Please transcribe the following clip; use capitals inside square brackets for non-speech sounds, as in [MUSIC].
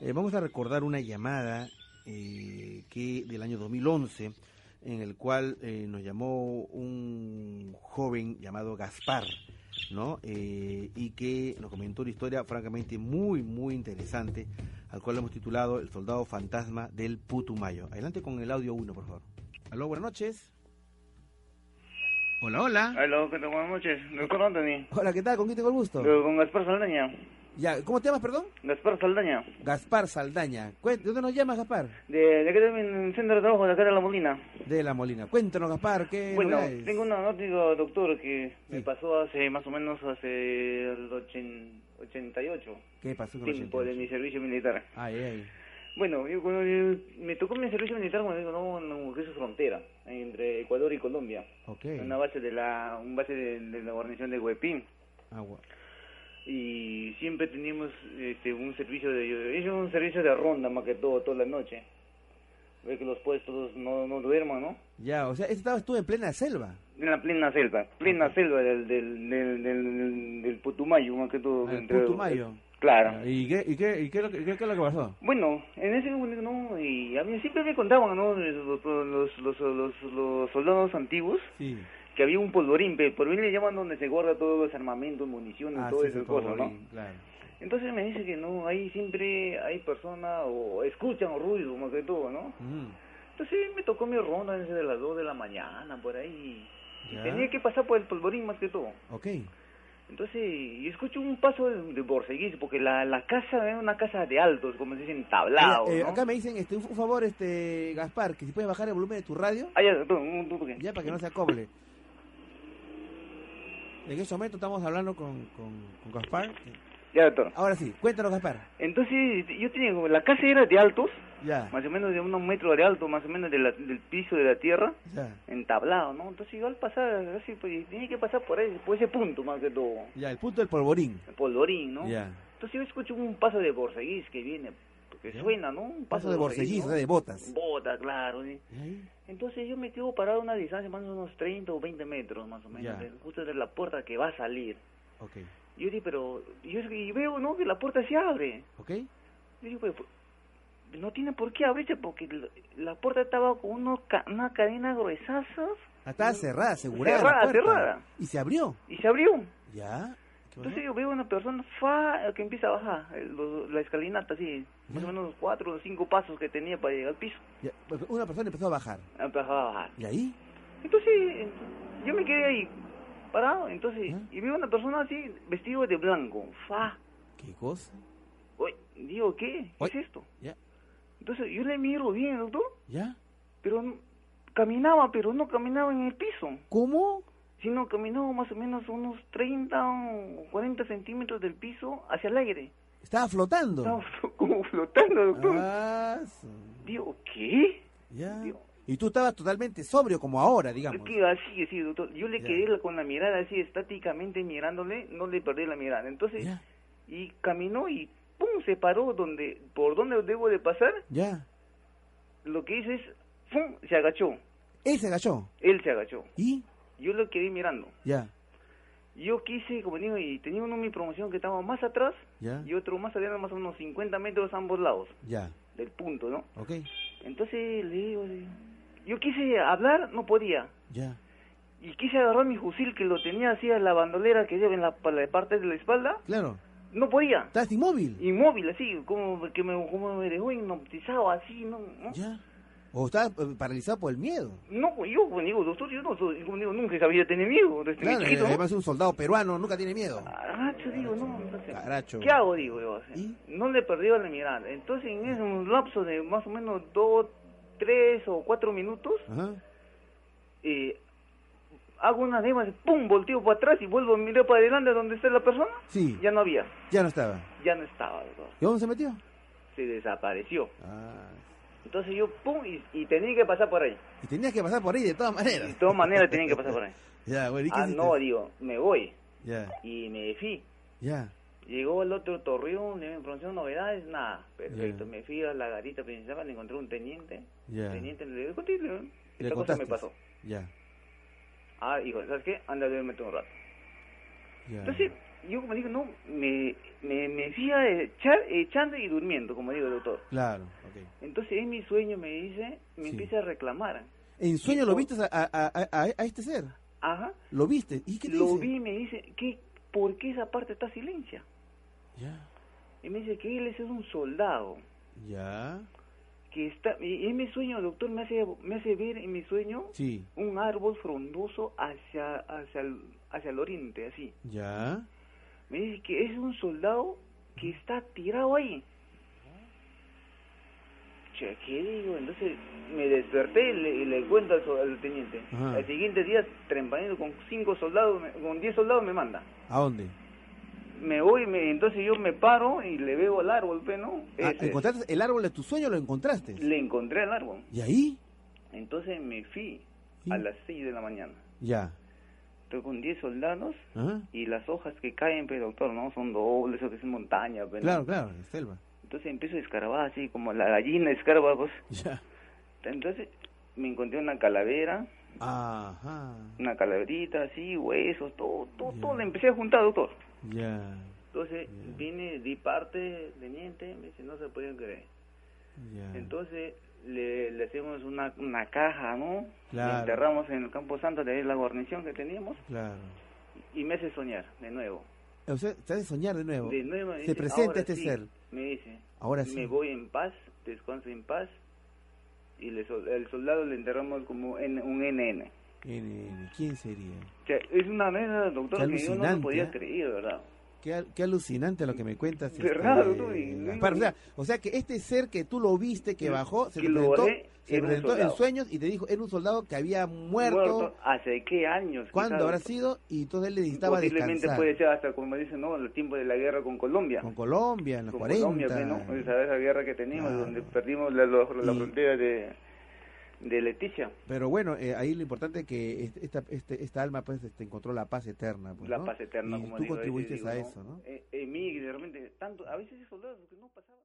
Eh, vamos a recordar una llamada eh, que del año 2011 en el cual eh, nos llamó un joven llamado Gaspar, ¿no? Eh, y que nos comentó una historia francamente muy, muy interesante, al cual hemos titulado El soldado fantasma del Putumayo. Adelante con el audio 1, por favor. Aló, buenas noches. Hola, hola. Aló, ¿qué tal? Buenas noches. Doctor Anthony. Hola, ¿qué tal? ¿Con quién tengo el gusto? Eh, Con Gaspar Saldaña. Ya, ¿cómo te llamas, perdón? Gaspar Saldaña. Gaspar Saldaña. Cué- ¿De dónde nos llamas, Gaspar? De, de acá del centro de trabajo, de acá de la Molina. De La Molina. Cuéntanos, Gaspar, ¿qué Bueno, novedades? tengo una noticia, doctor, que Eh, Sí. me pasó hace más o menos hace el ochen- 88, ¿Qué pasó con los tiempo de 88? mi servicio militar. Ay, ay. Bueno, yo cuando yo- me tocó mi servicio militar cuando digo, no, no, que eso es frontera, entre Ecuador y Colombia. Ok. Una base de la, un base de, de la guarnición de Huepín. Agua. y siempre teníamos este, un servicio de ellos un servicio de ronda más que todo toda la noche ve que los puestos no, no duerman no Ya, o sea, estabas tú en plena selva. en la plena selva plena selva del del, del, del, del Putumayo más que todo Ah, el entre- Putumayo. claro ¿Y qué, y qué, y qué, es lo que- qué- qué es lo que pasó? Bueno, en ese momento no, y a mí siempre me contaban, ¿no? Los, los, los, los, los soldados antiguos, Sí. que había un polvorín, pero polvorín le llaman donde se guarda todos los armamentos, municiones, Ah, todo sí, esas sí, cosas, ¿no? polvorín, claro. Entonces me dice que no, ahí siempre hay personas o escuchan ruido más que todo, ¿no? Mm, Entonces me tocó mi ronda desde las 2 de la mañana, por ahí. Y Ya. tenía que pasar por el polvorín más que todo. ok. Entonces, y escucho un paso de, de borseguís, porque la, la casa es una casa de altos, como se dice, entablados, Mira, eh, ¿no? Acá me dicen, este, un un favor, este, Gaspar, que si puedes bajar el volumen de tu radio, Ah, ya, perdón, un un toque. ya para que no se acople. En ese momento estamos hablando con, con, con Gaspar. Ya, doctor. Ahora sí, cuéntanos, Gaspar. Entonces, yo tenía, como- la casa era de altos, Ya, más o menos de unos metros de alto, más o menos de la- del piso de la tierra. ya, entablado, ¿no? Entonces yo al pasar, así, pues, tenía que pasar por, ahí, por ese punto más que todo, ya, el punto del polvorín. el polvorín, ¿no? Ya. Entonces yo escucho un paso de borseguís que viene, que Ya. suena, ¿no? Un Paso de borseguís, ¿no? de botas. Bota, claro. ¿sí? Y ahí, Entonces yo me quedo parado a una distancia más o menos unos 30 o 20 metros, más o menos, Ya. de- justo de la puerta que va a salir. Ok, Yo dije, pero, yo es- y veo, ¿no? Que la puerta se abre. ok. Yo digo, pero, no tiene por qué abrirse porque la, la puerta estaba con unos ca- una cadena gruesazas Ah, Estaba cerrada, asegurada. la Cerrada, puerta. cerrada. Y se abrió. y se abrió. Ya. ¿Qué pasó? Entonces yo veo una persona fa, que empieza a bajar eh, lo- la escalinata, así, más o menos cuatro o cinco pasos que tenía para llegar al piso. Ya, pues, una persona empezó a bajar. Empezaba a bajar. ¿Y ahí? Entonces eh, yo me quedé ahí parado, entonces, ¿Ah? y veo una persona así, vestido de blanco. Fa, ¿Qué cosa? Oye, digo, ¿qué? ¿Qué Oy. es esto? Ya. Entonces yo le miro bien, doctor, ¿Ya? pero no- caminaba, pero no caminaba en el piso, ¿Cómo? sino caminaba más o menos unos 30 o 40 centímetros del piso hacia el aire. Estaba flotando. Estaba [LAUGHS] como flotando, doctor. Ah, su- Digo, ¿qué? ya. Digo, Y tú estabas totalmente sobrio como Pues ahora, digamos. que así, así, doctor. Yo le Ya. quedé la- con la mirada así, estáticamente mirándole, no le perdí la mirada. Entonces, Ya, y caminó y pum, se paró donde, por donde debo de pasar. ya. Lo que hice es, pum, se agachó. Él se agachó. Él se agachó. ¿Y? Yo lo quedé mirando. Ya, Yo quise, como digo, y tenía uno en mi promoción que estaba más atrás ya, y otro más adelante, más o menos 50 metros a ambos lados ya. del punto, ¿no? Ok, Entonces le digo, yo quise hablar, no podía. ya. y quise agarrar mi fusil que lo tenía así a la bandolera que lleva en la, pa- la parte de la espalda, Claro. no podía. Estabas inmóvil. Inmóvil, así, como que me, como me dejó hipnotizado, así, ¿no? ¿no? Ya. O estabas eh, paralizado por el miedo. No, pues, yo, como digo, doctor, yo no soy, como digo, nunca sabía tener miedo, desde Claro, mi eh, chiquito, ¿no? Ah. además un soldado peruano nunca tiene miedo. Caracho, digo, no, entonces, Caracho. ¿qué hago, digo yo? o sea, ¿Y? No le perdí la mirada. Entonces, en ese un lapso de más o menos dos, tres o cuatro minutos, Ajá. eh, hago una dema, pum, volteo para atrás y vuelvo a mirar para adelante donde está la persona, Sí, ya no había. ya no estaba. ya no estaba, doctor. ¿Y dónde se metió? se desapareció. Ah. Entonces yo, pum, y, y tenía que pasar por ahí. Y tenías que pasar por ahí de todas maneras. [LAUGHS] De todas maneras tenía que pasar por ahí. Ya, bueno, [LAUGHS] ¿y qué Ah, hiciste? no, digo, me voy. Ya, Y me fui. ya. Llegó el otro torreón, le información, novedades, nada. Perfecto, Ya. me fui a la garita principal, encontré un teniente. Ya. Teniente, le digo, "Contigo, ¿eh? Le esta cosa me contaste. pasó. Ya, Ah, hijo, ¿sabes qué? Anda, duérmete un rato. ya. Entonces, yo como digo, no, me, me, me hacía echar, echando y durmiendo, como digo el doctor. Claro, ok. Entonces en mi sueño me dice, me Sí. empieza a reclamar. ¿En sueño lo viste a, a- a- a- a este ser? Ajá. ¿Lo viste? ¿Y qué te Lo dice? vi y me dice, ¿qué, ¿por qué esa parte está silencia? Ya, Y me dice que él es un soldado. ya, que está y en mi sueño el doctor me hace me hace ver en mi sueño sí, un árbol frondoso hacia hacia el, hacia el oriente así ya. me dice que es un soldado que está tirado ahí che qué digo entonces me desperté y le, y le cuento al, so- al teniente Ajá. al siguiente día trempañando con cinco soldados me- con diez soldados me manda ¿A dónde? me voy me, entonces yo me paro y le veo al árbol pero no Ah, Ese. ¿Encontraste el árbol de tu sueño? ¿Lo encontraste? Eh, le encontré al árbol ¿Y ahí? entonces me fui Sí. a las 6 de la mañana Ya. Estoy con 10 soldados Ajá. y las hojas que caen, pero doctor, no son dobles, eso que es montaña, pero. Claro, claro, en [LAUGHS] selva. Entonces empiezo a escarbar así, como la gallina escarba, pues. Ya. Entonces me encontré una calavera, Ajá. una calaverita así, huesos, todo, todo, Ya. todo, le empecé a juntar, doctor. Ya. Entonces Ya. vine, di parte, teniente, me dice, no se pueden creer. Ya. Entonces le, le hacemos una, una caja, ¿no? Claro. La enterramos en el Campo Santo, de ahí la guarnición que teníamos, Claro. y me hace soñar, de nuevo. O sea, te hace soñar de nuevo. De nuevo me Se dice, presenta "Ahora este sí", ser. Me dice, Ahora sí. me voy en paz, descanso en paz. Y le sol- el soldado le enterramos como en un NN. NN, ¿Quién sería? O sea, es una mesa, doctor, Qué que yo no lo alucinante, podía ¿eh? creer, ¿verdad? Qué, al- qué alucinante lo que me cuentas. este, ¿Verdad, tú? Y- Gaspar. O, sea, o sea, que este ser que tú lo viste, que Mm, bajó, se que te lo presentó, bajé, se era un presentó en soldado. sueños y te dijo, era un soldado que había muerto. ¿Hace qué años? ¿Cuándo quizás? habrá sido? Y entonces él necesitaba Posiblemente descansar. puede ser hasta, como dicen, ¿no? El tiempo de la guerra con Colombia. Con Colombia, en los Con 40. Colombia, pues, ¿no? Esa, esa guerra que teníamos, Claro. donde perdimos la, la- la Y- frontera de, de Leticia. Pero bueno, eh, ahí lo importante es que este- esta, este- esta alma pues este, encontró la paz eterna. pues, la ¿no? paz eterna, Y como tú digo, veces contribuiste digo, a eso, ¿no? Eh, eh, mí, de repente, tanto, a veces esos soldados que no pasaban.